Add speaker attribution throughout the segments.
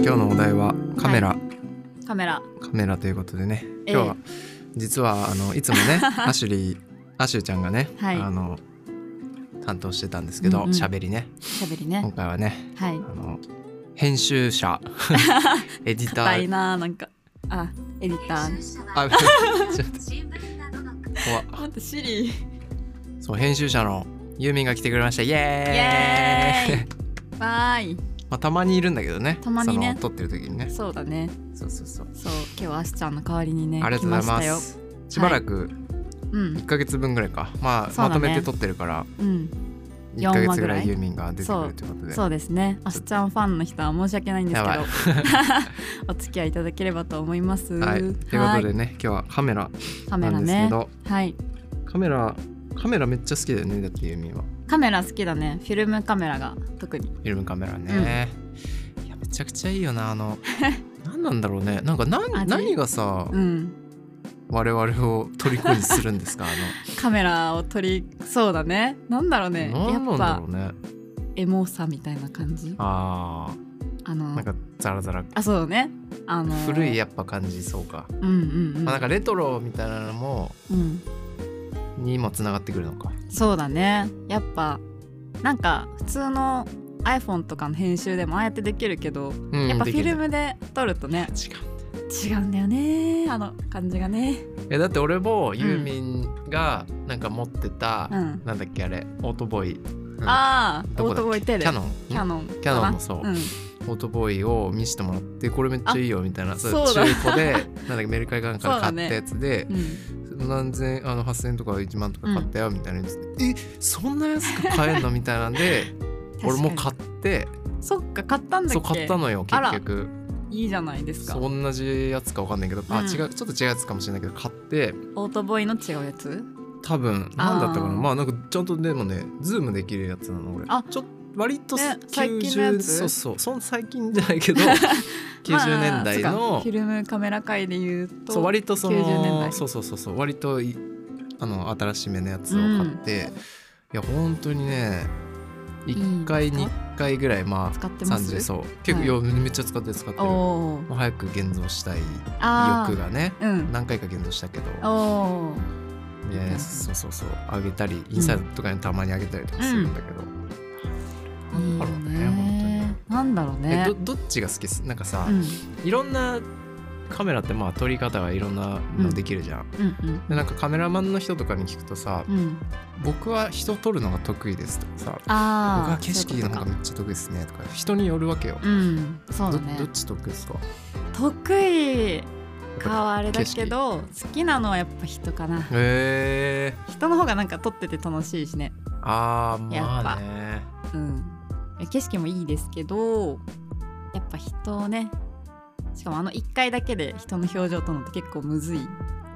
Speaker 1: 今日のお題はカメラ、
Speaker 2: カメラ
Speaker 1: カメラということでね
Speaker 2: ええ
Speaker 1: 今日は、実はあのいつも ねアシュリーアシュちゃんがね、
Speaker 2: はい
Speaker 1: あの担当してたんですけど
Speaker 2: うんうん
Speaker 1: 喋、りね
Speaker 2: 喋り
Speaker 1: 今
Speaker 2: ね
Speaker 1: 回はね
Speaker 2: はい
Speaker 1: あの編 集者エディタ
Speaker 2: 硬い
Speaker 1: ー
Speaker 2: ななんかあエディター
Speaker 1: あ ちょっと怖っ
Speaker 2: 待ってシリ
Speaker 1: そう編集者のユーミンが来てくれましたイエ
Speaker 2: イ
Speaker 1: ーイ
Speaker 2: エーイわーい
Speaker 1: まあ、たまにいるんだけどね
Speaker 2: たまにね
Speaker 1: その撮ってる時にね
Speaker 2: そうだね
Speaker 1: そうそうそう、
Speaker 2: そう今日はアシちゃんの代わりにね
Speaker 1: ありがとうござい
Speaker 2: 来し
Speaker 1: ますしばらく
Speaker 2: たようん
Speaker 1: 1か月分ぐらいか、まあ
Speaker 2: そうだ
Speaker 1: ま
Speaker 2: ね
Speaker 1: とめて撮ってるから
Speaker 2: うん
Speaker 1: 1か
Speaker 2: 四話
Speaker 1: 月ぐ
Speaker 2: ぐらい
Speaker 1: らいユーミンが出てくるということで
Speaker 2: そうですねアシちゃんファンの人は申し訳ない んですけ
Speaker 1: や
Speaker 2: ど お付き合いいただければと思います
Speaker 1: はい、ということでね今日はカメラ
Speaker 2: カメ
Speaker 1: な
Speaker 2: ラ
Speaker 1: んですけ
Speaker 2: ね
Speaker 1: ど、
Speaker 2: はい
Speaker 1: カメラカメラめっちゃ好きだよねだってユーミンは
Speaker 2: カメラ好きだねフィルムカメラが特に
Speaker 1: フィルムカメラね、いやめちゃくちゃいいよなあの 何なんだろうねなんか何
Speaker 2: 味
Speaker 1: 何がさ、
Speaker 2: うん
Speaker 1: 我々を虜にするんですかあ
Speaker 2: カメラを撮りそうだねなんだろう
Speaker 1: の、
Speaker 2: ねや
Speaker 1: 何な
Speaker 2: っ
Speaker 1: んだ
Speaker 2: ぱ
Speaker 1: ろうね
Speaker 2: エモさみたいな感じあ
Speaker 1: あー
Speaker 2: の
Speaker 1: なんかザラザラ
Speaker 2: あそうだねあの
Speaker 1: 古いやっぱ感じそうか、
Speaker 2: うんうんうん,、
Speaker 1: まあ、なんかレトロみたいなのも
Speaker 2: うん
Speaker 1: にもつながってくるのか
Speaker 2: そうだねやっぱなんか普通の iPhone とかの編集でもああやってできるけど、
Speaker 1: うん
Speaker 2: やっぱフ
Speaker 1: でき
Speaker 2: ィ
Speaker 1: る
Speaker 2: ルムで撮るとね
Speaker 1: 違う
Speaker 2: 違うんだよねあの感じがね
Speaker 1: えだって俺もユーミンがなんか持ってた、
Speaker 2: うん
Speaker 1: なんだっけあれオートボーイ、うん
Speaker 2: ああ
Speaker 1: ど
Speaker 2: オ
Speaker 1: こ
Speaker 2: ー
Speaker 1: だ
Speaker 2: ト
Speaker 1: っ
Speaker 2: ボーイテ
Speaker 1: け
Speaker 2: レ
Speaker 1: キャノン
Speaker 2: キャノンかな
Speaker 1: キャノンのそうんオートボーイを見せてもらってこれめっちゃいいよみたいな
Speaker 2: あ
Speaker 1: それ
Speaker 2: そうだ
Speaker 1: 中古でなんだっけメルカリかなんか
Speaker 2: そうだ
Speaker 1: で買
Speaker 2: ね
Speaker 1: ったやつで、
Speaker 2: うん
Speaker 1: 何千あの8,000円とか1万とか買ったよみたいなやつで、えそんな安く買えるのみたいなんで俺も
Speaker 2: 確か
Speaker 1: 買って
Speaker 2: にそっか買ったんだっけ
Speaker 1: そう買ったのよ
Speaker 2: あ
Speaker 1: 結
Speaker 2: ら
Speaker 1: 局
Speaker 2: いいじゃないですか
Speaker 1: そう同じやつか分かんないけど、あ
Speaker 2: うん
Speaker 1: 違うちょっと違うやつかもしれないけど買って
Speaker 2: オートボーイの違うやつ
Speaker 1: 多分何だったかな
Speaker 2: あー
Speaker 1: まあなんかちゃんとでもねズームできるやつなの俺
Speaker 2: あ
Speaker 1: ちょっと割と
Speaker 2: ね
Speaker 1: 90
Speaker 2: 最近のやつ
Speaker 1: そうそうそん最近じゃないけ ど90年代
Speaker 2: まあそう
Speaker 1: の
Speaker 2: かフィルムカメラ界で言うと
Speaker 1: そう割とその
Speaker 2: 90年代
Speaker 1: そうそうそうそう割といあの新しめのやつを買って、いや本当にね1
Speaker 2: い
Speaker 1: 回
Speaker 2: いんです
Speaker 1: 2
Speaker 2: か
Speaker 1: 回ぐらいまあ
Speaker 2: 使ってます
Speaker 1: 30そう結構、いやめっちゃ使ってる使ってる
Speaker 2: お
Speaker 1: も
Speaker 2: お
Speaker 1: う早く現像したい
Speaker 2: あー
Speaker 1: 欲がね
Speaker 2: うん
Speaker 1: 何回か現像したけど
Speaker 2: おお
Speaker 1: ね、
Speaker 2: うん
Speaker 1: そうそうそうあげたりインサイドとかにたまにあげたりとかするんだけど、
Speaker 2: いいよ
Speaker 1: あるね
Speaker 2: ねなんだろうね
Speaker 1: えどどっちが好きっすなんかさ、
Speaker 2: うん
Speaker 1: いろんなカメラってまあ撮り方がいろんなのできるじゃん、
Speaker 2: うんうん
Speaker 1: でなんかカメラマンの人とかに聞くとさ、
Speaker 2: うん
Speaker 1: 僕は人撮るのが得意ですとかさ僕
Speaker 2: あ
Speaker 1: は
Speaker 2: あ
Speaker 1: 景色の方がめっちゃ得意ですねとか人によるわけよ、
Speaker 2: うんそうだ
Speaker 1: ど
Speaker 2: ね
Speaker 1: どっち得意ですかや
Speaker 2: 得意
Speaker 1: っ
Speaker 2: かは
Speaker 1: ぱ
Speaker 2: あれだ
Speaker 1: 景
Speaker 2: け
Speaker 1: 色
Speaker 2: ど好きなのはやっぱ人かな
Speaker 1: へえ
Speaker 2: 人の方がなんか撮ってて楽しいしね
Speaker 1: ー、あーまあね
Speaker 2: うん景色もいいですけどやっぱ人をねしかもあの1回だけで人の表情撮るのって結構むずい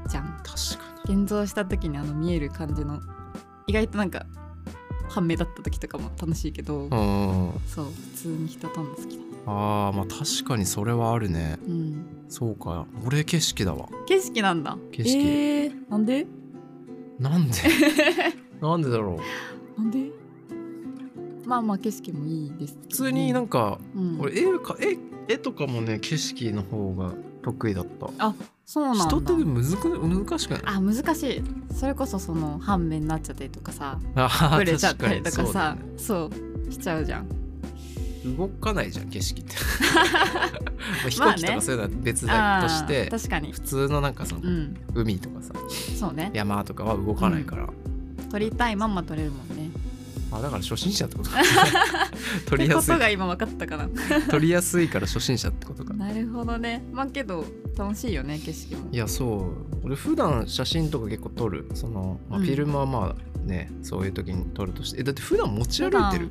Speaker 2: じゃん
Speaker 1: 確かに
Speaker 2: 現像した時にあの見える感じの意外となんか判明だった時とかも楽しいけど、
Speaker 1: うんうんうん
Speaker 2: そう普通に人との好きだ、
Speaker 1: あーまあ確かにそれはあるね
Speaker 2: うん、
Speaker 1: そうか俺景色だわ
Speaker 2: 景色なんだ
Speaker 1: 景色
Speaker 2: えー、なんで
Speaker 1: なん でなんでだろう
Speaker 2: なんでまあまあ景色もいいです
Speaker 1: 普通になん
Speaker 2: か、
Speaker 1: んか、
Speaker 2: うん、
Speaker 1: 俺絵か絵絵とかもね景色の方が得意だった
Speaker 2: そうなんだ
Speaker 1: 人ってむずく難しくない
Speaker 2: あ難しいそれこそその半面になっちゃったりとかさ
Speaker 1: あ
Speaker 2: ぶれちゃったりとか
Speaker 1: 確
Speaker 2: さ
Speaker 1: にそう
Speaker 2: そう,、しちゃうじゃん
Speaker 1: だね動かないじゃん景 色ってまあ飛
Speaker 2: まあね
Speaker 1: 行機とかそういうのは別だ
Speaker 2: あ
Speaker 1: と
Speaker 2: あ
Speaker 1: して、
Speaker 2: 確かに
Speaker 1: 普通のなんかその、
Speaker 2: うん
Speaker 1: 海とかさ
Speaker 2: そうね
Speaker 1: 山とかは動かないから、
Speaker 2: 撮りたいまんま撮れるもんね
Speaker 1: あだから初心者ってことか 撮
Speaker 2: って
Speaker 1: りや
Speaker 2: こ
Speaker 1: すい
Speaker 2: とが今分かったかな
Speaker 1: 撮りやすいから初心者ってことか
Speaker 2: なるほどねまあけど楽しいよね景色も
Speaker 1: いやそう俺普段写真とか結構撮るその、まあ、
Speaker 2: うん
Speaker 1: フィルムはまあね、そういう時に撮るとしてえだって普段持ち歩いてる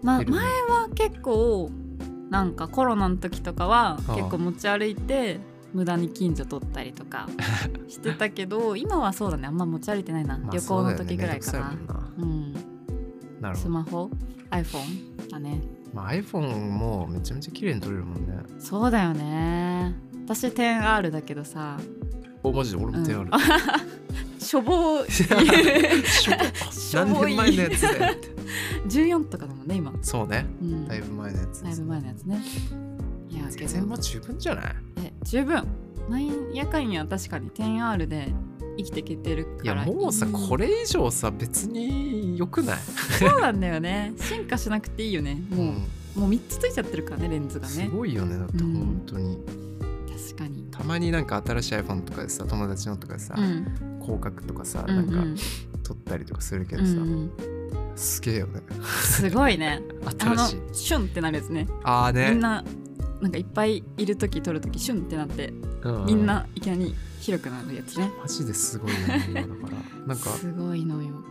Speaker 2: まあ
Speaker 1: フィルム
Speaker 2: 前は結構なんかコロナの時とかは結構持ち歩いて無駄に近所取ったりと かしてたけど今はそうだねあんま持ち歩いてないな、
Speaker 1: まあ
Speaker 2: 旅行の時ぐらいか
Speaker 1: そうだ
Speaker 2: な
Speaker 1: よねめんどくさいもんな
Speaker 2: うん
Speaker 1: なる
Speaker 2: ス
Speaker 1: ほど、
Speaker 2: マホ iPhone だね
Speaker 1: まあ、iPhone もめちゃめちゃ綺麗に撮れるもんね
Speaker 2: そうだよね私 10R だけどさ
Speaker 1: おマジで俺も手
Speaker 2: う
Speaker 1: ある、
Speaker 2: ん初房
Speaker 1: しょ
Speaker 2: しょ
Speaker 1: 何
Speaker 2: ぼ
Speaker 1: 年
Speaker 2: い
Speaker 1: 前のやつだよ
Speaker 2: 14とかだもんね今、
Speaker 1: そうね
Speaker 2: うん、
Speaker 1: だいぶ前のやつ
Speaker 2: だ
Speaker 1: で
Speaker 2: い
Speaker 1: す
Speaker 2: ぶ前のやつねいやけ
Speaker 1: 全然も
Speaker 2: ど
Speaker 1: う十分じゃない
Speaker 2: え十分なんやかんや確かに 10R で生きていけてる
Speaker 1: い
Speaker 2: か
Speaker 1: や
Speaker 2: ら
Speaker 1: もうさこ
Speaker 2: れ
Speaker 1: れ以上さ別に良くない
Speaker 2: そうなんだよね進化しなくていいよねもう,、
Speaker 1: ん
Speaker 2: もう3つついちゃってるからねレンズが
Speaker 1: す
Speaker 2: ね
Speaker 1: ごいよねだって
Speaker 2: うん
Speaker 1: 本当に、
Speaker 2: 確かに
Speaker 1: たまになんか新しい iPhone とかでさ友達のとかでさ、
Speaker 2: うん
Speaker 1: 広角とかさ
Speaker 2: う
Speaker 1: なん
Speaker 2: んう
Speaker 1: か
Speaker 2: ん
Speaker 1: 撮ったりとかするけ
Speaker 2: う
Speaker 1: どさ、
Speaker 2: んうん
Speaker 1: すげ えよね
Speaker 2: すごいねあ
Speaker 1: 新
Speaker 2: の
Speaker 1: しい
Speaker 2: シュンってなるやつね
Speaker 1: ああね
Speaker 2: みんななんかいっぱいいる時撮る時シュンってなって
Speaker 1: うう
Speaker 2: みんないきなり広くなるやつね
Speaker 1: マジですごいよね今だ からなんか
Speaker 2: すごいのよ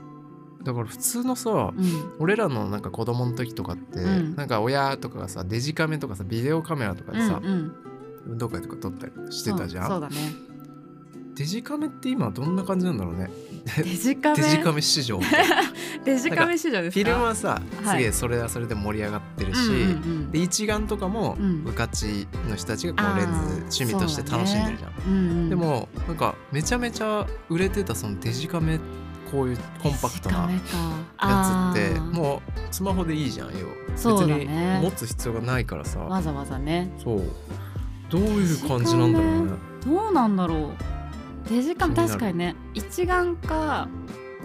Speaker 1: だから普通のさ
Speaker 2: うん
Speaker 1: 俺らのなんか子供の時とかって、
Speaker 2: うん
Speaker 1: なんか親とかがさデジカメとかさビデオカメラとかでさ、
Speaker 2: うんうん、
Speaker 1: 運動会とか撮ったりしてたじゃん
Speaker 2: そうそうだね
Speaker 1: デジカメって今どんな感じなんだろうね
Speaker 2: デジカメ
Speaker 1: デジカメ市場 フ
Speaker 2: デジカメ市場です
Speaker 1: ィ
Speaker 2: か
Speaker 1: ルムはさ
Speaker 2: はい
Speaker 1: すげえそれはそれで盛り上がってるし、
Speaker 2: うんうん
Speaker 1: で一眼とかも
Speaker 2: うん
Speaker 1: 部活の人たちがこうレンズ趣味として楽しんでるじゃん、
Speaker 2: うんうんうん
Speaker 1: でもなんかめちゃめちゃ売れてたそのデジカメこういうコンパクトな
Speaker 2: デ
Speaker 1: や
Speaker 2: ジカメか
Speaker 1: つって
Speaker 2: あー
Speaker 1: もうスマホでいいじゃんよ別
Speaker 2: そうだね
Speaker 1: に持つ必要がないからさ、
Speaker 2: わざわざね
Speaker 1: そうどういう感じなんだろうね
Speaker 2: どうなんだろうデジカメ
Speaker 1: 気になる
Speaker 2: 確かにね一眼か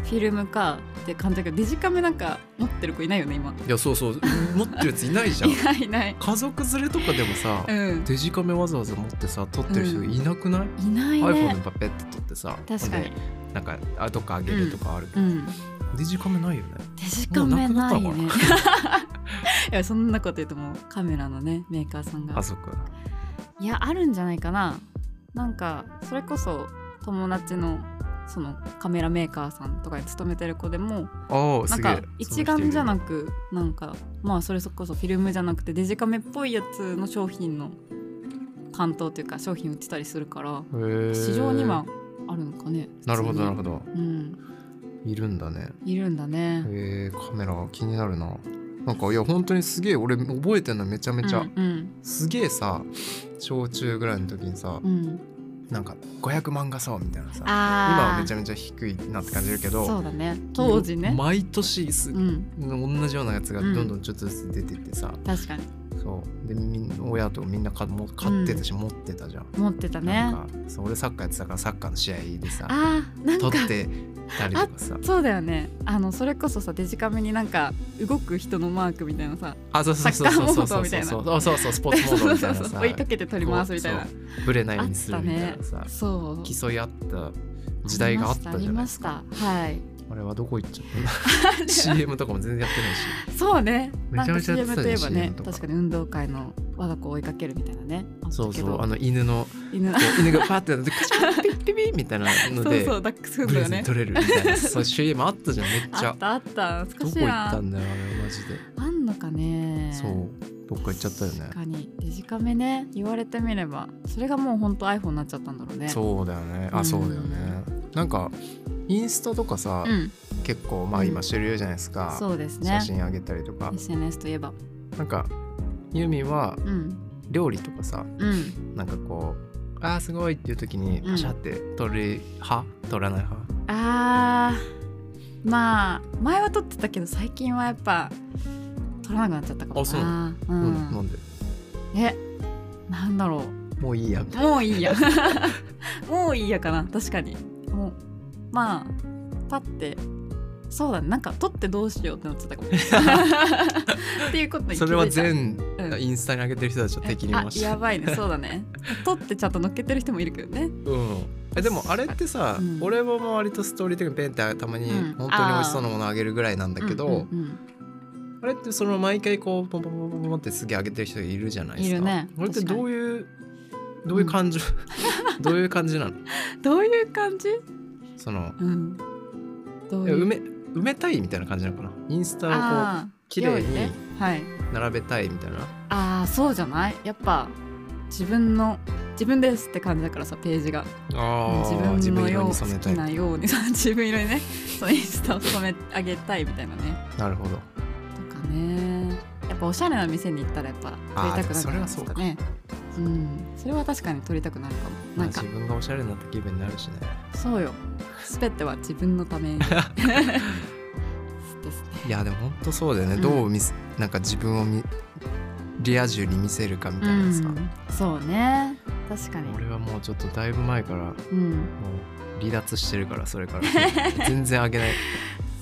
Speaker 2: フィルムかって感じだけどデジカメなんか持ってる子いないよね今
Speaker 1: いやそうそう持ってるやついないじゃ ん
Speaker 2: いないいない
Speaker 1: 家族連れとかでもさ、
Speaker 2: うん
Speaker 1: デジカメわざわざ持ってさ撮ってる人いなくない、
Speaker 2: いないね
Speaker 1: iPhone のパペッて撮ってさ
Speaker 2: 確かに
Speaker 1: ほんでなんかあどっかあげるとかあるけ
Speaker 2: う
Speaker 1: ど、
Speaker 2: ん
Speaker 1: デジカメないよね
Speaker 2: デジカメない
Speaker 1: もう
Speaker 2: ね
Speaker 1: な
Speaker 2: いやそんなこと言うともうカメラのねメーカーさんが
Speaker 1: 家族
Speaker 2: いやあるんじゃないかななんかそれこそ友達のそのカメラメーカーさんとかに勤めてる子でも
Speaker 1: ああ
Speaker 2: な
Speaker 1: す
Speaker 2: ん
Speaker 1: げえ
Speaker 2: か一眼じゃ
Speaker 1: く
Speaker 2: なくなんかまあそれこそフィルムじゃなくてデジカメっぽいやつの商品の担当というか商品売ってたりするから市場にはあるのかね
Speaker 1: なるほどなる
Speaker 2: ほ
Speaker 1: ほど
Speaker 2: どうん
Speaker 1: いるんだね
Speaker 2: いるんだね
Speaker 1: へえカメラが気になるななんかいや本当にすげえ俺覚えてんのめちゃめちゃ、
Speaker 2: うんうん
Speaker 1: すげえさ小中ぐらいの時にさ、
Speaker 2: うん
Speaker 1: なんか500万画素みたいなさ今
Speaker 2: あ
Speaker 1: は
Speaker 2: あ
Speaker 1: めちゃめちゃ低いなって感じるけど
Speaker 2: そうだね当時ね
Speaker 1: 毎年す、
Speaker 2: うん
Speaker 1: 同じようなやつが
Speaker 2: うん
Speaker 1: どんどんちょっとずつ出てってさ、
Speaker 2: 確かに
Speaker 1: そうでみん親とみんなかも買ってたし、持ってたじゃん、
Speaker 2: 持ってたね
Speaker 1: なんかそう俺サッカーやってたからサッカーの試合でさ
Speaker 2: あーなん
Speaker 1: 撮
Speaker 2: か
Speaker 1: ってたりとかさ
Speaker 2: そうだよねあのそれこそさデジカメになんか動く人のマークみたいなさ
Speaker 1: あそうそうそうそうそう
Speaker 2: サッカーモ
Speaker 1: そ
Speaker 2: ード
Speaker 1: う
Speaker 2: みたいな
Speaker 1: そうそうそうスポーツモードみたい
Speaker 2: そう
Speaker 1: な
Speaker 2: そうそ
Speaker 1: さ
Speaker 2: う追いかけて取り回すみたいな
Speaker 1: こうそうブレないようにするみたいなさ、
Speaker 2: そう
Speaker 1: 競い合った時代があったじゃ
Speaker 2: り
Speaker 1: ない
Speaker 2: ま
Speaker 1: です
Speaker 2: し
Speaker 1: か
Speaker 2: たありましたはい
Speaker 1: あれはどこ行っちゃったの CM とかも全然やってないし
Speaker 2: そうね
Speaker 1: めちゃめちゃやっ
Speaker 2: なんか CM
Speaker 1: てたよ
Speaker 2: といえばね
Speaker 1: CM とか
Speaker 2: 確かに運動会の我が子を追いかけるみたいなねあったけ
Speaker 1: そ
Speaker 2: ど
Speaker 1: うそうあの犬の
Speaker 2: 犬
Speaker 1: こう犬がパッてやってカチャピッピピみたいなの
Speaker 2: そう
Speaker 1: で
Speaker 2: そうダックスフン
Speaker 1: ブ
Speaker 2: ド
Speaker 1: レ
Speaker 2: が
Speaker 1: ずに
Speaker 2: ね
Speaker 1: 取れるみたいなそう CM あったじゃんめっち
Speaker 2: あ
Speaker 1: ゃ
Speaker 2: ったあった懐
Speaker 1: ど
Speaker 2: かし
Speaker 1: こ
Speaker 2: い
Speaker 1: 行
Speaker 2: な
Speaker 1: ったんだよあれマジで
Speaker 2: あんのかね
Speaker 1: そうどっか行っちゃったよね
Speaker 2: 確かにデジカメね言われてみればそれがもうほんと iPhone になっちゃったんだろうねう
Speaker 1: そうだよね
Speaker 2: う
Speaker 1: あ
Speaker 2: ん
Speaker 1: そうだよねなんかインスタとかさ
Speaker 2: ん
Speaker 1: 結構まあ今主流じゃないですか
Speaker 2: そうですね
Speaker 1: 写真あげたりとか
Speaker 2: SNS といえば
Speaker 1: なんかユミは
Speaker 2: うん
Speaker 1: 料理とかさ
Speaker 2: うん
Speaker 1: なんかこうあーすごいっていう時に
Speaker 2: うん
Speaker 1: パシャって撮る派撮らない派
Speaker 2: あーまあ前は撮ってたけど最近はやっぱ撮らなくなっちゃったかも
Speaker 1: あそう
Speaker 2: なう、
Speaker 1: うんんなんで
Speaker 2: えなんだろ
Speaker 1: もういいやみ
Speaker 2: う
Speaker 1: たい
Speaker 2: もういいや もういいやかな確かにもうまあパッてそうだねなんか撮ってどうしようってなっちゃった かもっていうこと
Speaker 1: な
Speaker 2: に気づいた
Speaker 1: それは全
Speaker 2: うん
Speaker 1: インスタに上げてる人たちを敵に
Speaker 2: あ
Speaker 1: 回して
Speaker 2: やばいねそうだね撮ってちゃんと乗っけてる人もいるけどね
Speaker 1: うん、えでもあれってさ、
Speaker 2: うん
Speaker 1: 俺はもう割とストーリー的にペンってたまに
Speaker 2: うん
Speaker 1: 本当に美味しそうなものあげるぐらいなんだけど、あ
Speaker 2: うんうん
Speaker 1: れってその毎回こうポンポンポンポンポンってすげえあげてる人いるじゃないですか。
Speaker 2: いるね
Speaker 1: あれって
Speaker 2: 確かに
Speaker 1: どういうどういう感情、 どういう感じなの
Speaker 2: うんどういう感じ、
Speaker 1: その
Speaker 2: うん、どう
Speaker 1: え
Speaker 2: いう
Speaker 1: 埋め埋めたいみたいな感じなのかなインスタをこ
Speaker 2: ああ
Speaker 1: う綺麗に
Speaker 2: はい
Speaker 1: 並べたいみたいな。
Speaker 2: ああそうじゃないやっぱ自分の自分ですって感じだからさページが
Speaker 1: あ
Speaker 2: 自
Speaker 1: ー
Speaker 2: 分
Speaker 1: 自分
Speaker 2: のよう
Speaker 1: 色に
Speaker 2: 好
Speaker 1: 染め
Speaker 2: き
Speaker 1: たい。
Speaker 2: なように自分色にね そのインスタを染め上げたいみたいなね
Speaker 1: なるほど。
Speaker 2: とかねやっぱおしゃれな店に行ったらやっぱ撮りたくなるんですかねうんそれは確かに撮りたくなるかもな
Speaker 1: まあ、
Speaker 2: んか
Speaker 1: 自分がおしゃれになった気分になるし ね。
Speaker 2: そうよ全ては自分のために ですね
Speaker 1: いやでも本当そうだよね、
Speaker 2: うん
Speaker 1: どう見せなんか自分を見リア充に見せるかみたいなさ、
Speaker 2: うんそうね確かに
Speaker 1: 俺はもうちょっとだいぶ前からも
Speaker 2: うん
Speaker 1: う離脱してるからそれ から全然あげない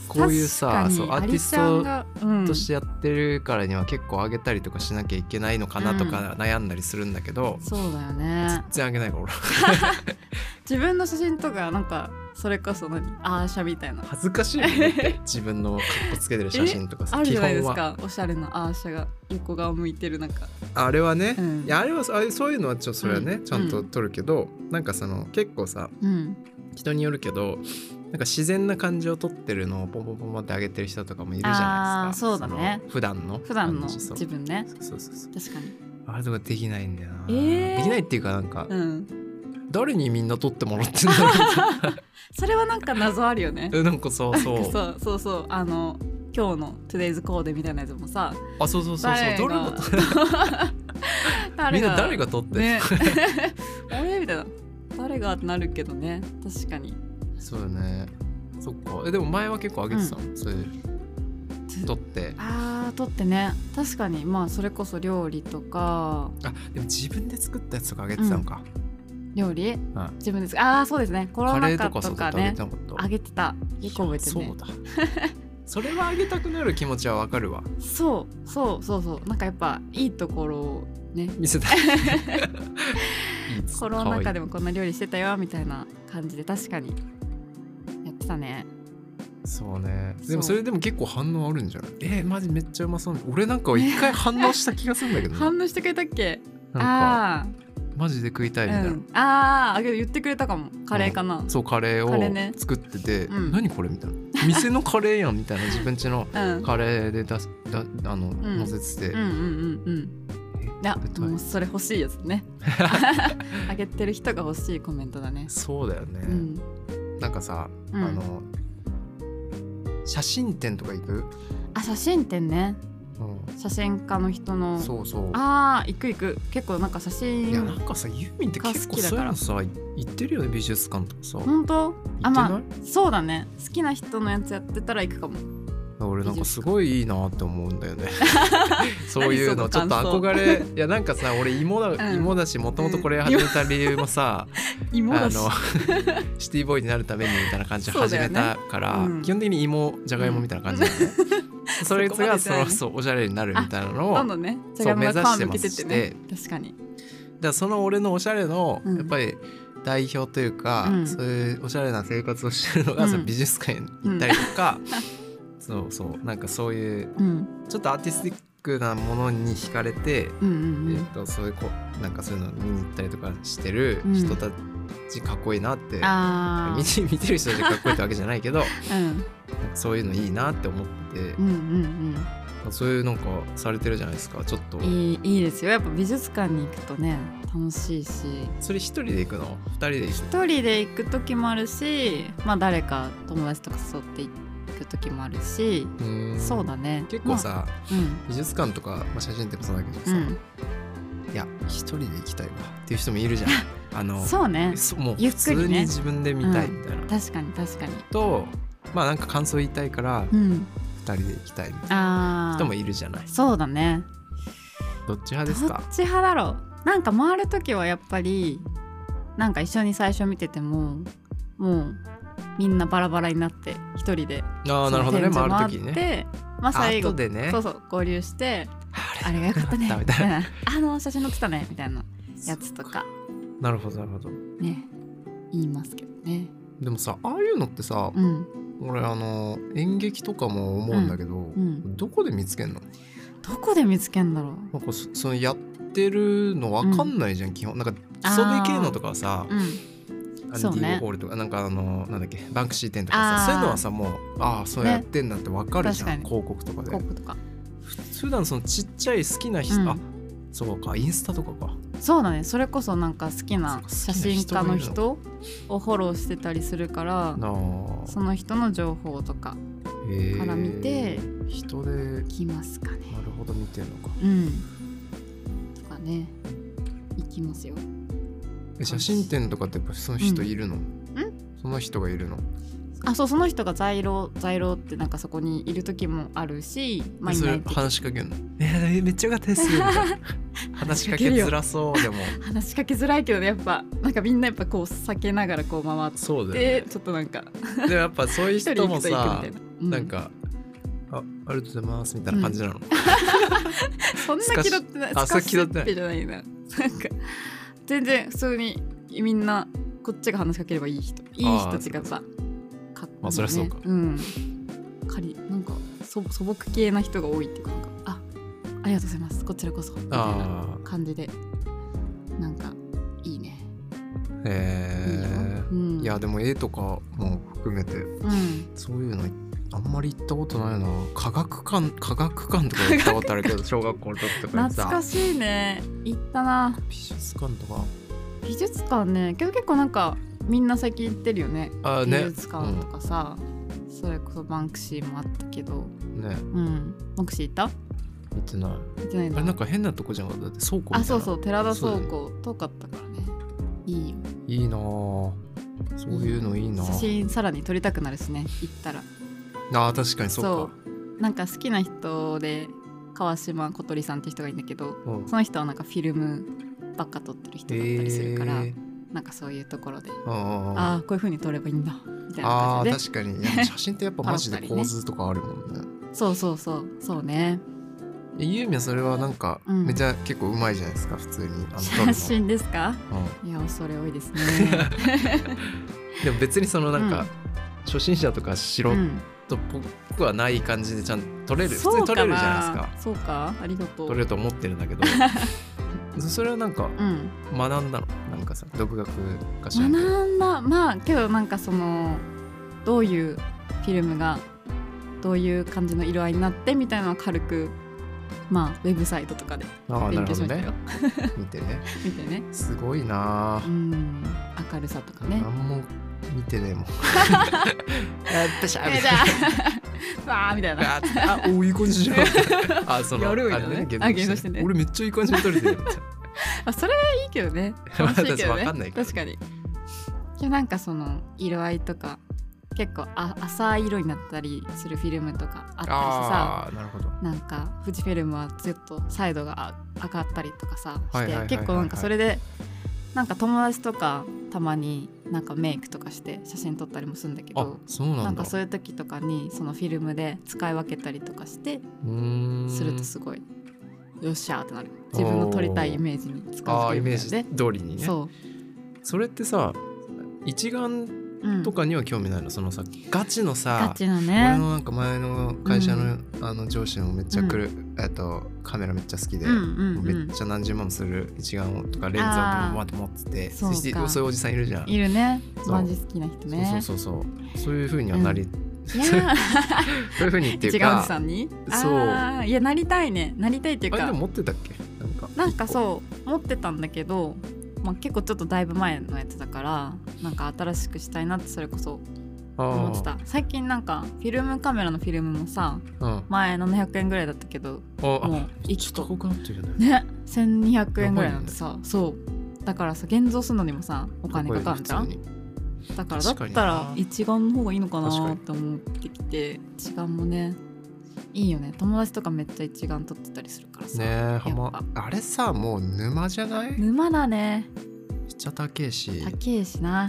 Speaker 1: こういう
Speaker 2: 確
Speaker 1: さ
Speaker 2: かに
Speaker 1: そうア
Speaker 2: ア
Speaker 1: ーティ
Speaker 2: リ
Speaker 1: ス
Speaker 2: ちゃん
Speaker 1: ト
Speaker 2: がうん
Speaker 1: としてやってるからには結構あげたりとかしなきゃいけないのかなとか悩んだりするんだけど、
Speaker 2: そうだよね
Speaker 1: 全然あげないから俺
Speaker 2: 自分の写真とかなんかそれこそ何アーシャみたいな
Speaker 1: 恥ずかしいもんだ って自分のかっこつけてる写真とかさ
Speaker 2: ある
Speaker 1: 基
Speaker 2: じゃないで
Speaker 1: 本
Speaker 2: すか
Speaker 1: は
Speaker 2: おしゃれなアーシャが横側向いてるなんか
Speaker 1: あれはね、
Speaker 2: うん
Speaker 1: いやあれはあれそういうのはちょそれはね、
Speaker 2: うん
Speaker 1: ちゃんと撮るけど、なんかその結構さ
Speaker 2: うん
Speaker 1: 人によるけどなんか自然な感じを撮ってるのをポンポンポンポンって上げてる人とかもいるじゃないですか
Speaker 2: あーそうだね
Speaker 1: その普段の
Speaker 2: 普段の
Speaker 1: 感じそう
Speaker 2: 自分ね
Speaker 1: そうそうそう
Speaker 2: 確かに
Speaker 1: あれとかできないんだよな、
Speaker 2: えー
Speaker 1: できないっていうかなんか、
Speaker 2: うん
Speaker 1: 誰にみんな撮ってもらってんだろうみたいな
Speaker 2: それはなんか謎あるよね
Speaker 1: えなんかさそう
Speaker 2: そうそうそうあの今日の「Today's コーデ」みたいなやつもさ
Speaker 1: あそうそうそうそう
Speaker 2: 誰
Speaker 1: どれも
Speaker 2: が
Speaker 1: 撮っみ
Speaker 2: 誰
Speaker 1: ん
Speaker 2: が
Speaker 1: な誰が撮ってんの、
Speaker 2: ねあれみたいな誰がってなるけどね確かに
Speaker 1: そうだねそっかえでも前は結構上げてたの、そういう撮って
Speaker 2: あー撮ってね確かにまあそれこそ料理とか
Speaker 1: あでも自分で作ったやつとかあげてたのか、
Speaker 2: 料理
Speaker 1: はい
Speaker 2: 自分ですああそうですねコロ
Speaker 1: カレ
Speaker 2: ナ禍
Speaker 1: ーとかそ
Speaker 2: と
Speaker 1: う
Speaker 2: か
Speaker 1: だってあげ
Speaker 2: ね
Speaker 1: てなかった
Speaker 2: あげてたよく覚えてる
Speaker 1: そ
Speaker 2: ね
Speaker 1: うだ それはあげたくなる気持ちはわかるわ
Speaker 2: そうそうそうそうなんかやっぱいいところをね
Speaker 1: 見せたいいいです
Speaker 2: コロナ禍で
Speaker 1: も
Speaker 2: もこんな料理してたよみたいな感じで確かにやってたね
Speaker 1: そうねでも
Speaker 2: そう
Speaker 1: それでも結構反応あるんじゃないえマジめっちゃうまそう俺なんか一回反応した気がするんだけどな
Speaker 2: 反応してくれたっけ
Speaker 1: なんか
Speaker 2: あ
Speaker 1: マジで食いた
Speaker 2: あ
Speaker 1: い
Speaker 2: ー
Speaker 1: みたいな、
Speaker 2: うんあーあけど言ってくれたかもカレーかな
Speaker 1: そうカレ
Speaker 2: カレーね
Speaker 1: ーを作ってて、
Speaker 2: うん
Speaker 1: 何これみたいな店のカレーやんみたいな自分家の
Speaker 2: うん
Speaker 1: カレーで出すだあの、
Speaker 2: ん
Speaker 1: 乗せてて、
Speaker 2: うんうんうんうん
Speaker 1: え
Speaker 2: いや
Speaker 1: これ食べ
Speaker 2: もうそれ欲しいやつ ねあげてる人が欲しいコメントだね
Speaker 1: そうだよね、
Speaker 2: うん、
Speaker 1: なんかさ、
Speaker 2: うん
Speaker 1: あの写真展とか行く、
Speaker 2: あ写真展ね写真家の人の
Speaker 1: そうそう
Speaker 2: あー行く行く結構なんか写
Speaker 1: いやな
Speaker 2: 真
Speaker 1: んかさユーミンって結構
Speaker 2: が好きだ
Speaker 1: そう
Speaker 2: か
Speaker 1: いう
Speaker 2: ら
Speaker 1: のさ行ってるよね美術館とかさ行って
Speaker 2: 本当あ
Speaker 1: ない、
Speaker 2: まあそうだね好きな人のやつやってたら行くかも
Speaker 1: 俺なんかすごいいいなって思うんだよね そういうの
Speaker 2: 何
Speaker 1: ち
Speaker 2: そ
Speaker 1: ょ
Speaker 2: の感
Speaker 1: っと
Speaker 2: 想
Speaker 1: 憧れいやなんかさ俺芋だ、
Speaker 2: うん
Speaker 1: 芋だしもともとこれ始めた理由もさ、
Speaker 2: 芋
Speaker 1: あ
Speaker 2: だし
Speaker 1: の シティボーイになるためにみたいな感じで
Speaker 2: そう
Speaker 1: 始
Speaker 2: だよ
Speaker 1: め
Speaker 2: ね
Speaker 1: たから、
Speaker 2: うん
Speaker 1: 基本的に芋じゃがいもみたいな感じなのね、 それ
Speaker 2: そこま
Speaker 1: が
Speaker 2: でじ
Speaker 1: そ
Speaker 2: ゃない
Speaker 1: のそうおしゃれになるみたいなのを
Speaker 2: どんどんね
Speaker 1: そう
Speaker 2: じゃがいもが皮
Speaker 1: 目
Speaker 2: むけ
Speaker 1: 指
Speaker 2: て
Speaker 1: し
Speaker 2: ってて
Speaker 1: まして
Speaker 2: ね確かに
Speaker 1: だからその俺のおしゃれの
Speaker 2: うん
Speaker 1: やっぱり代表というか、
Speaker 2: うん
Speaker 1: そういうおしゃれな生活をしてるのが、
Speaker 2: うん
Speaker 1: その美術館に行ったりとか、 そうそうなんかそういう
Speaker 2: うん
Speaker 1: ちょっとアーティスティックなものに惹かれて、
Speaker 2: うんう
Speaker 1: えっ
Speaker 2: ん
Speaker 1: と、そういうこなんかそういうの見に行ったりとかしてる
Speaker 2: うん
Speaker 1: 人たちかっこいいなって、
Speaker 2: うんあ
Speaker 1: 見
Speaker 2: ー
Speaker 1: て 見てる人たちかっこいいってわけじゃないけど
Speaker 2: うん
Speaker 1: なんかそういうのいいなって思ってて
Speaker 2: う、んうん
Speaker 1: そういうなんかされてるじゃないですかちょっと
Speaker 2: うんいいいいですよやっぱ美術館に行くとね楽しいし
Speaker 1: それ一人で行くの二人で行く
Speaker 2: 一人で行く時もあるしまあ誰か友達とか誘って行く時もあるし、
Speaker 1: うーん
Speaker 2: そうだね
Speaker 1: 結構、さ、
Speaker 2: まあうん
Speaker 1: 美術館とか、まあ、写真展もそうだけど
Speaker 2: う
Speaker 1: さ、
Speaker 2: ん
Speaker 1: いや一人で行きたいわっていう人も いるじゃんあの
Speaker 2: そうね
Speaker 1: そもう
Speaker 2: ゆ
Speaker 1: 普
Speaker 2: っくりね
Speaker 1: 通に自分で見たいみたいな、
Speaker 2: 確かに確かに
Speaker 1: とまあなんか感想言いたいから
Speaker 2: うん
Speaker 1: 二人で行きたいみたい
Speaker 2: あ
Speaker 1: な
Speaker 2: あ
Speaker 1: 人もいるじゃない
Speaker 2: そうだね
Speaker 1: どっち派
Speaker 2: ど
Speaker 1: で
Speaker 2: っ
Speaker 1: すか
Speaker 2: ち派だろうなんか回る時はやっぱりなんか一緒に最初見ててももうみんなバラバラになって一人で
Speaker 1: ああなるほどね
Speaker 2: その
Speaker 1: 回
Speaker 2: 展
Speaker 1: る時
Speaker 2: 示回っ
Speaker 1: にね
Speaker 2: てまあ
Speaker 1: あ
Speaker 2: 最後
Speaker 1: 後でね
Speaker 2: そうそう合流してあ
Speaker 1: あ
Speaker 2: れが良かったね
Speaker 1: 良か
Speaker 2: み
Speaker 1: ったみ
Speaker 2: た
Speaker 1: た
Speaker 2: い
Speaker 1: い
Speaker 2: なあの写真載ってたねみたいな やつとか
Speaker 1: なるほどなるほど
Speaker 2: ね言いますけどね
Speaker 1: でもさああいうのってさ、
Speaker 2: うん
Speaker 1: 俺あの演劇とかも思うんだけど、
Speaker 2: ん
Speaker 1: どこで見つけんの
Speaker 2: どこで見つけんだろ
Speaker 1: なんかそそのやってるのわかんないじゃん、基本なんか基礎美系のとかはさ
Speaker 2: ううん
Speaker 1: アンデ
Speaker 2: そう
Speaker 1: ィ・
Speaker 2: ね
Speaker 1: ウォーホールとか、なんかあのなんだっけバンクシー展とか
Speaker 2: あー
Speaker 1: さそういうのはさもうああそうやってんだってわかるじゃん、
Speaker 2: ね確かに
Speaker 1: 広告とかで
Speaker 2: 広告とか
Speaker 1: 普段そのちっちゃい好きな人、
Speaker 2: うん
Speaker 1: あそうかインスタとかか
Speaker 2: そうだねそれこそなんか好きな
Speaker 1: そ
Speaker 2: 写
Speaker 1: っか好きな
Speaker 2: 真
Speaker 1: 人
Speaker 2: 家
Speaker 1: も
Speaker 2: の
Speaker 1: いるの
Speaker 2: 人をフォローしてたりするから
Speaker 1: なあ
Speaker 2: その人の情報とか
Speaker 1: へえ
Speaker 2: から見て
Speaker 1: 人でなる
Speaker 2: 来ますかね
Speaker 1: ほど見てるのか
Speaker 2: うんとかね行きますよ
Speaker 1: え写真展とかってやっぱその人いるの、その人がいるの
Speaker 2: あそうその人が在廊在廊ってなんかそこにいる時もあるしまあい
Speaker 1: そ
Speaker 2: な
Speaker 1: れ
Speaker 2: い時
Speaker 1: 話しかけんの「えめっちゃよかったです」 みたいな話しかけづらそうでも
Speaker 2: 話しかけづらいけどねやっぱなんかみんなやっぱこう避けながらこう回っ
Speaker 1: そうだよ
Speaker 2: てちょっとなんか
Speaker 1: ねでもやっぱそういう
Speaker 2: 一人
Speaker 1: 人
Speaker 2: 行
Speaker 1: も
Speaker 2: くと行くみ
Speaker 1: さ
Speaker 2: たいな、う
Speaker 1: なんか「あありがとうございます」みたいな感じなの、
Speaker 2: そんな気取ってない
Speaker 1: あ
Speaker 2: すかし
Speaker 1: それ気取ってない
Speaker 2: じゃないななんか全然普通にみんなこっちが話しかければいい人いい人たちがさか
Speaker 1: まあそりゃそうか
Speaker 2: うん仮なんか素素朴系な人が多いっていうかなんかあありがとうございますこちらこそみたいな
Speaker 1: あ
Speaker 2: 感じでなんかいいねいい
Speaker 1: あ
Speaker 2: よ、
Speaker 1: へえ
Speaker 2: うん、
Speaker 1: いやでも絵とかも含めて
Speaker 2: うん
Speaker 1: そういうのあんまり行ったことないな科学館科学館とか行ったことあるけ ど小学校の時とかに
Speaker 2: 懐か
Speaker 1: さ
Speaker 2: しいね行ったな
Speaker 1: 美術館とか
Speaker 2: 美術館ねけど結構なんかみんな最近行ってるよね
Speaker 1: あー
Speaker 2: 美
Speaker 1: ね
Speaker 2: 術館とかさ、それこそバンクシーもあったけど
Speaker 1: ね
Speaker 2: うんバンクシー行った
Speaker 1: 行ってない
Speaker 2: 行ってないん
Speaker 1: あ
Speaker 2: だ
Speaker 1: れなんか変なとこじゃんだって倉庫みたいな
Speaker 2: あそうそう寺田
Speaker 1: そうだ
Speaker 2: 倉
Speaker 1: ね
Speaker 2: 庫遠かったからねいいよ
Speaker 1: いいなあそういうのいいなあ
Speaker 2: 写真さらに撮りたくなるしね行ったら
Speaker 1: あー確かにそうか
Speaker 2: なんか好きな人で川島小鳥さんって人がいるんだけど
Speaker 1: うん
Speaker 2: その人はなんかフィルムばっか撮ってる人だったりするから、
Speaker 1: えー
Speaker 2: なんかそういうところで
Speaker 1: あ
Speaker 2: ああこういう風に撮ればいいんだみたいな
Speaker 1: ああ
Speaker 2: 感じ
Speaker 1: ー
Speaker 2: で
Speaker 1: 確かにいや写真ってやっぱ マジで構図とかあるもんね
Speaker 2: そうそうそうそうね
Speaker 1: えゆうみはそれはなんか
Speaker 2: うん
Speaker 1: めちゃ結構うまいじゃないですか普通にあの撮る
Speaker 2: 写
Speaker 1: の
Speaker 2: 真ですか
Speaker 1: う
Speaker 2: いや恐れ多いです ね
Speaker 1: んでも別にそのなんか、
Speaker 2: うん
Speaker 1: 初心者とか素人
Speaker 2: う
Speaker 1: っ
Speaker 2: ん
Speaker 1: ぽくはない感じでちゃんと撮れる普
Speaker 2: そ
Speaker 1: 通
Speaker 2: う
Speaker 1: に撮れる
Speaker 2: な
Speaker 1: じゃないですか
Speaker 2: そうかありがとう
Speaker 1: 撮れると思ってるんだけど そそれはなんか
Speaker 2: うん
Speaker 1: 学んだのなんかさ独学かしらんけど
Speaker 2: 学んだまあけどなんかそのどういうフィルムがどういう感じの色合いになってみたいなのは軽くまあウェブサイトとかで
Speaker 1: ああな
Speaker 2: 勉強
Speaker 1: るほ
Speaker 2: し
Speaker 1: ど
Speaker 2: ました
Speaker 1: ね
Speaker 2: よ、
Speaker 1: 見てね
Speaker 2: 見てね
Speaker 1: すごいなあ
Speaker 2: うん明るさとかね
Speaker 1: 何も見 てねえもんやったしゃ
Speaker 2: え
Speaker 1: み
Speaker 2: じ
Speaker 1: たい
Speaker 2: ゃ
Speaker 1: な
Speaker 2: あわあみた いな
Speaker 1: ああおいい感 じじゃんあその
Speaker 2: やるみ
Speaker 1: あ
Speaker 2: たい
Speaker 1: れ
Speaker 2: なね
Speaker 1: ね現
Speaker 2: あ
Speaker 1: 像
Speaker 2: 現像
Speaker 1: し
Speaker 2: してて
Speaker 1: ね
Speaker 2: ね
Speaker 1: 俺めっちゃいい感じに撮れてるみたいな
Speaker 2: あそれはいいけどね楽しいけどね
Speaker 1: 私わかんないから
Speaker 2: 確かにいやなんかその色合いとか結構あ浅い色になったりするフィルムとかあったりしてさ
Speaker 1: ああなるほど
Speaker 2: なんか富士フィルムはずっとサイドが上がったりとかさ
Speaker 1: はい
Speaker 2: し
Speaker 1: はいはいはいは
Speaker 2: て
Speaker 1: い
Speaker 2: 結構なんかそれでなんか友達とかたまになんかメイクとかして写真撮ったりもするんだけ
Speaker 1: あ
Speaker 2: ど
Speaker 1: そうなんだ
Speaker 2: なんかそういう時とかにそのフィルムで使い分けたりとかして
Speaker 1: うーん
Speaker 2: するとすごいよっしゃーってなる自分の撮りたいイメージに使う
Speaker 1: あ
Speaker 2: と
Speaker 1: あ
Speaker 2: い
Speaker 1: イ
Speaker 2: う
Speaker 1: メー
Speaker 2: で
Speaker 1: ジ通りにねそ
Speaker 2: そ
Speaker 1: れってさ一眼
Speaker 2: う、うん、
Speaker 1: とかには興味ないのそのさガチの
Speaker 2: ガ
Speaker 1: さ
Speaker 2: チの
Speaker 1: 俺
Speaker 2: ね
Speaker 1: のなんか前の会社の,、あの上司もめっちゃくる、えっとカメラめっちゃ好きで、
Speaker 2: うんうんう
Speaker 1: めっ
Speaker 2: ん
Speaker 1: ちゃ何十万もする一眼をとかレンズを
Speaker 2: あー
Speaker 1: バーって持ってて
Speaker 2: そう
Speaker 1: そ
Speaker 2: か
Speaker 1: してそういうおじさんいるじゃん
Speaker 2: いるね
Speaker 1: そう
Speaker 2: マジ好きな人ね
Speaker 1: そうそうそうそうそういうふうにはなり、
Speaker 2: いやー
Speaker 1: そういうふうにっていう
Speaker 2: 違うお
Speaker 1: か
Speaker 2: じさんに
Speaker 1: そう
Speaker 2: あーいやなりたいねなりたいっていう
Speaker 1: あれで
Speaker 2: か
Speaker 1: も持ってたっけなんか
Speaker 2: なんかそう持ってたんだけど、まあ、結構ちょっとだいぶ前のやつだからなんか新しくしたいなってそれこそ思
Speaker 1: 思
Speaker 2: ってた最近なんかフィルムカメラのフィルムもさ
Speaker 1: うんあ
Speaker 2: 前700円ぐらいだったけども
Speaker 1: あ
Speaker 2: う一
Speaker 1: ちょっと
Speaker 2: 個
Speaker 1: 高くなってるよね
Speaker 2: ね1200円ぐらいなんてさ、そうだからさ現像するのにもさお金かかるじゃ
Speaker 1: 高い
Speaker 2: ん
Speaker 1: よ普通に
Speaker 2: だからだっ
Speaker 1: 確かにな
Speaker 2: たら一眼の方がいいのか
Speaker 1: 確か
Speaker 2: な
Speaker 1: に
Speaker 2: って思ってきて一眼もねいいよね友達とかめっちゃ一眼撮ってたりするからさ、
Speaker 1: ねえは
Speaker 2: やっ
Speaker 1: まあれさもう沼じゃないめっ
Speaker 2: 沼だね
Speaker 1: ちゃ高えし
Speaker 2: 高えしな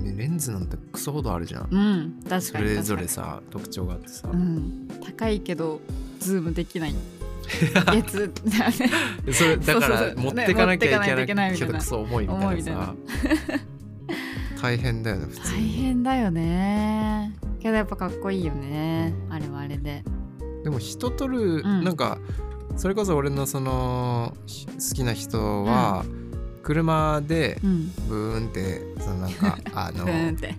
Speaker 1: ねレンズなんてクソほどあるじゃん
Speaker 2: うん確かに
Speaker 1: それぞれ
Speaker 2: 確
Speaker 1: さ特徴があってさ
Speaker 2: かにうん、高いけどズームでき ないやつだね
Speaker 1: それだか
Speaker 2: そうそう
Speaker 1: ら
Speaker 2: そう
Speaker 1: 持ってかなきゃい
Speaker 2: ね持ってか
Speaker 1: けな
Speaker 2: ない
Speaker 1: い
Speaker 2: といけないみ
Speaker 1: け
Speaker 2: たい
Speaker 1: ど
Speaker 2: な
Speaker 1: クソ重いみたいなさ大変だよね普通
Speaker 2: 大
Speaker 1: に
Speaker 2: 変だよねけどやっぱかっこいいよねあれはあれで
Speaker 1: でも人撮る
Speaker 2: うん
Speaker 1: なんかそれこそ俺のそのひ好きな人は車で
Speaker 2: うん
Speaker 1: ブーンってそのなんかあ
Speaker 2: ブ
Speaker 1: の
Speaker 2: ーンって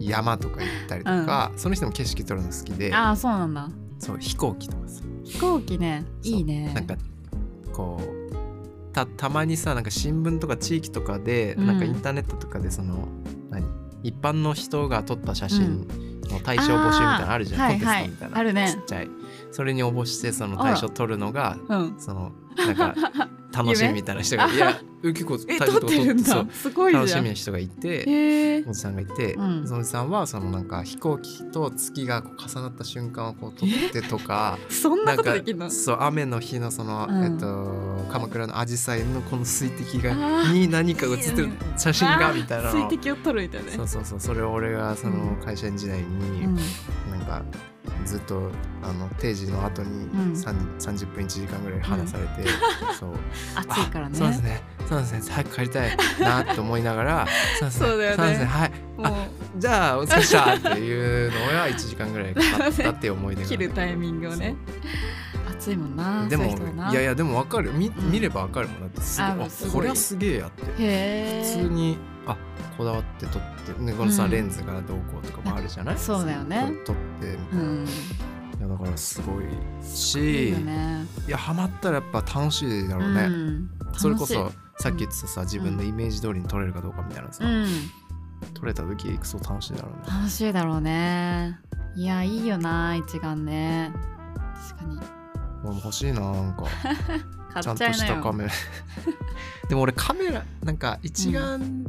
Speaker 1: 山とか行ったりとか、その人も景色撮るの好きで
Speaker 2: ああそうなんだ
Speaker 1: そう飛行機とかさ
Speaker 2: 飛行機ね
Speaker 1: そう
Speaker 2: いいね
Speaker 1: なんかこうたたまにさなんか新聞とか地域とかで、
Speaker 2: うん
Speaker 1: なんかインターネットとかでその何一般の人が撮った写真の対象募集みたいなのあるじゃん、
Speaker 2: あー
Speaker 1: コンテストみた
Speaker 2: はいは
Speaker 1: いな、
Speaker 2: いあるね
Speaker 1: ちっちゃいそれに応募してその対象撮るのが
Speaker 2: うん
Speaker 1: そのなんか楽しみみたいな人がいや結構
Speaker 2: え
Speaker 1: タイ
Speaker 2: 撮
Speaker 1: トル
Speaker 2: ってるん
Speaker 1: そ
Speaker 2: だ
Speaker 1: う
Speaker 2: すごい
Speaker 1: 楽
Speaker 2: じ
Speaker 1: し
Speaker 2: ゃ
Speaker 1: み
Speaker 2: ん
Speaker 1: な人がいて、
Speaker 2: へえ
Speaker 1: おじさんがいて、
Speaker 2: うん
Speaker 1: そのおじさんはそのなんか飛行機と月がこう重なった瞬間をこう撮ってとか
Speaker 2: そんなこと
Speaker 1: か
Speaker 2: できるの
Speaker 1: そう雨の日のその、
Speaker 2: うん
Speaker 1: えっと鎌倉の紫陽花のこの水滴が
Speaker 2: あー
Speaker 1: に何かが写ってる写真が
Speaker 2: あー
Speaker 1: みたいな
Speaker 2: 水
Speaker 1: の
Speaker 2: 滴を撮るみたいなね
Speaker 1: そうそうそうそれを俺がその会社員時代に
Speaker 2: うん
Speaker 1: なんかずっとあの定時の後に
Speaker 2: うん
Speaker 1: さん30分1時間ぐらい話されて、 そう
Speaker 2: 暑いから
Speaker 1: あそうです
Speaker 2: ね
Speaker 1: ねそうですね早く帰りたいなと思いな がらそうですね
Speaker 2: そうだよね
Speaker 1: そうですねはい
Speaker 2: も
Speaker 1: あじゃあお疲れっしたっていうのが1時間ぐらいかかったっていう思い出
Speaker 2: う
Speaker 1: が
Speaker 2: 切るタイミングをね暑いもんな
Speaker 1: で
Speaker 2: そういう人はな
Speaker 1: もいやいやでもわかる見,、
Speaker 2: うん
Speaker 1: 見ればわかるもんだってすごい
Speaker 2: あ
Speaker 1: あ
Speaker 2: すごい
Speaker 1: これはすげえやって
Speaker 2: へ
Speaker 1: 普
Speaker 2: え
Speaker 1: 通にあこだわって撮って、ね、このさ、
Speaker 2: うん
Speaker 1: レンズがどうこうとかもあるじゃない
Speaker 2: そうだよね
Speaker 1: 撮ってみた
Speaker 2: う
Speaker 1: いな、い
Speaker 2: ん
Speaker 1: やだからすごい
Speaker 2: いい
Speaker 1: し
Speaker 2: よね
Speaker 1: いやハマったらやっぱ楽しいだろうね、
Speaker 2: うん
Speaker 1: それこ
Speaker 2: 楽
Speaker 1: そさっき言ってたさ自分のイメージ通りに撮れるかどうかみたいな
Speaker 2: しい
Speaker 1: さ、
Speaker 2: うん
Speaker 1: 撮れた時クソ楽しいだろ うね
Speaker 2: 楽しいだろうねいやいいよな一眼ね確かに
Speaker 1: 俺も欲しいなな んかち
Speaker 2: 買
Speaker 1: ゃん
Speaker 2: っ
Speaker 1: と
Speaker 2: ちゃい
Speaker 1: し
Speaker 2: な
Speaker 1: たカ
Speaker 2: よ
Speaker 1: メラでも俺カメラなんか一眼、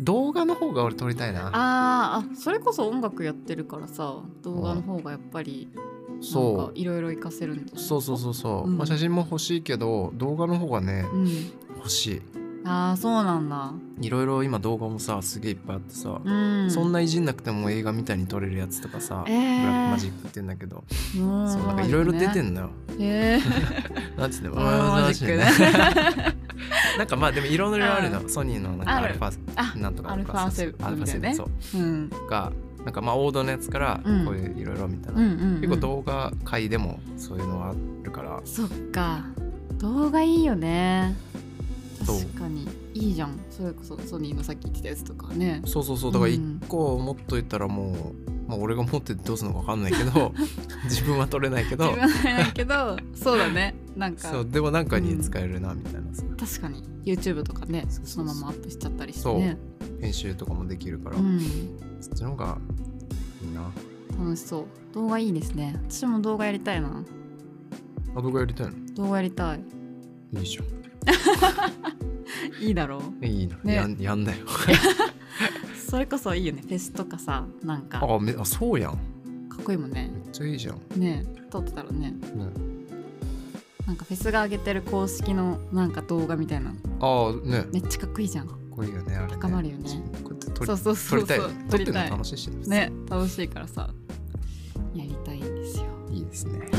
Speaker 1: 動画の方が俺撮りたいな
Speaker 2: あーあそれこそ音楽やってるからさ動画の方がやっぱりなんか
Speaker 1: そ
Speaker 2: いろいろ活かせるんだ
Speaker 1: うそうそう
Speaker 2: う
Speaker 1: そうそう、
Speaker 2: うん
Speaker 1: まあ、写真も欲しいけど動画の方がね、
Speaker 2: う
Speaker 1: 欲し
Speaker 2: んああそうなんだ
Speaker 1: いいろいろ今動画もさすげえいっぱいあってさ、
Speaker 2: うん
Speaker 1: そんないじんなくても映画みたいに撮れるやつとかさ、
Speaker 2: え
Speaker 1: ブラックマジ
Speaker 2: ー
Speaker 1: ックって言うんだけど、
Speaker 2: うん
Speaker 1: そうなんかいろいろ出て
Speaker 2: ね
Speaker 1: んのよ、
Speaker 2: え
Speaker 1: なんつって
Speaker 2: ブラック マジックね
Speaker 1: なんかまあでもいろいろあるの、ソニーのなんか
Speaker 2: あ
Speaker 1: ア
Speaker 2: る
Speaker 1: ルファ
Speaker 2: ーあ
Speaker 1: なんとか
Speaker 2: アルファセブン
Speaker 1: アルファセブン
Speaker 2: みたいなね
Speaker 1: そう
Speaker 2: うん
Speaker 1: がなんかまあ王道のやつから
Speaker 2: うん
Speaker 1: こういういろいろみたい
Speaker 2: うんう
Speaker 1: な、
Speaker 2: んうん
Speaker 1: 結構動画界でもそういうのはあるから
Speaker 2: そっか動画いいよね
Speaker 1: そう
Speaker 2: 確かにいいじゃんそれこそソニーのさっき言ってたやつとかね
Speaker 1: そうそうそうだから一個持っといたらもう、まあ、俺が持っててどうするのか分かんないけ ど自分は撮れないけど
Speaker 2: 自分はやるけ どそうだねなんか
Speaker 1: そうでもなんかに使えるなみたいなさ、
Speaker 2: 確かに YouTube とかね
Speaker 1: そうそうそう
Speaker 2: そのままアップしちゃったりしてね
Speaker 1: 編集とかもできるから、
Speaker 2: うん
Speaker 1: そっちの方がいいな
Speaker 2: 楽しそう動画いいですね私も動画やりたいな
Speaker 1: あ動画やりたいの
Speaker 2: 動画やりたい
Speaker 1: いいじゃ
Speaker 2: いいだろうん
Speaker 1: いいな、
Speaker 2: ね
Speaker 1: やんやんなよ
Speaker 2: それこそいいよねフェスとかさなんかか
Speaker 1: あめあそうやん
Speaker 2: っこいいもんね
Speaker 1: めっちゃいいじゃん、ね、
Speaker 2: ね撮ってたらねなんかフェスが上げてる公式のなんか動画みたいなの
Speaker 1: ああね
Speaker 2: めっちゃかっこいいじゃん
Speaker 1: かっこいいよねあれね
Speaker 2: 高まるよね
Speaker 1: こうやって撮り
Speaker 2: そうそう
Speaker 1: 撮
Speaker 2: そう
Speaker 1: りたい
Speaker 2: そ
Speaker 1: よ
Speaker 2: う
Speaker 1: ね撮
Speaker 2: 撮
Speaker 1: って
Speaker 2: り
Speaker 1: るの
Speaker 2: たい
Speaker 1: 楽しいし
Speaker 2: ね楽しいからさやりたいんですよ
Speaker 1: いいですね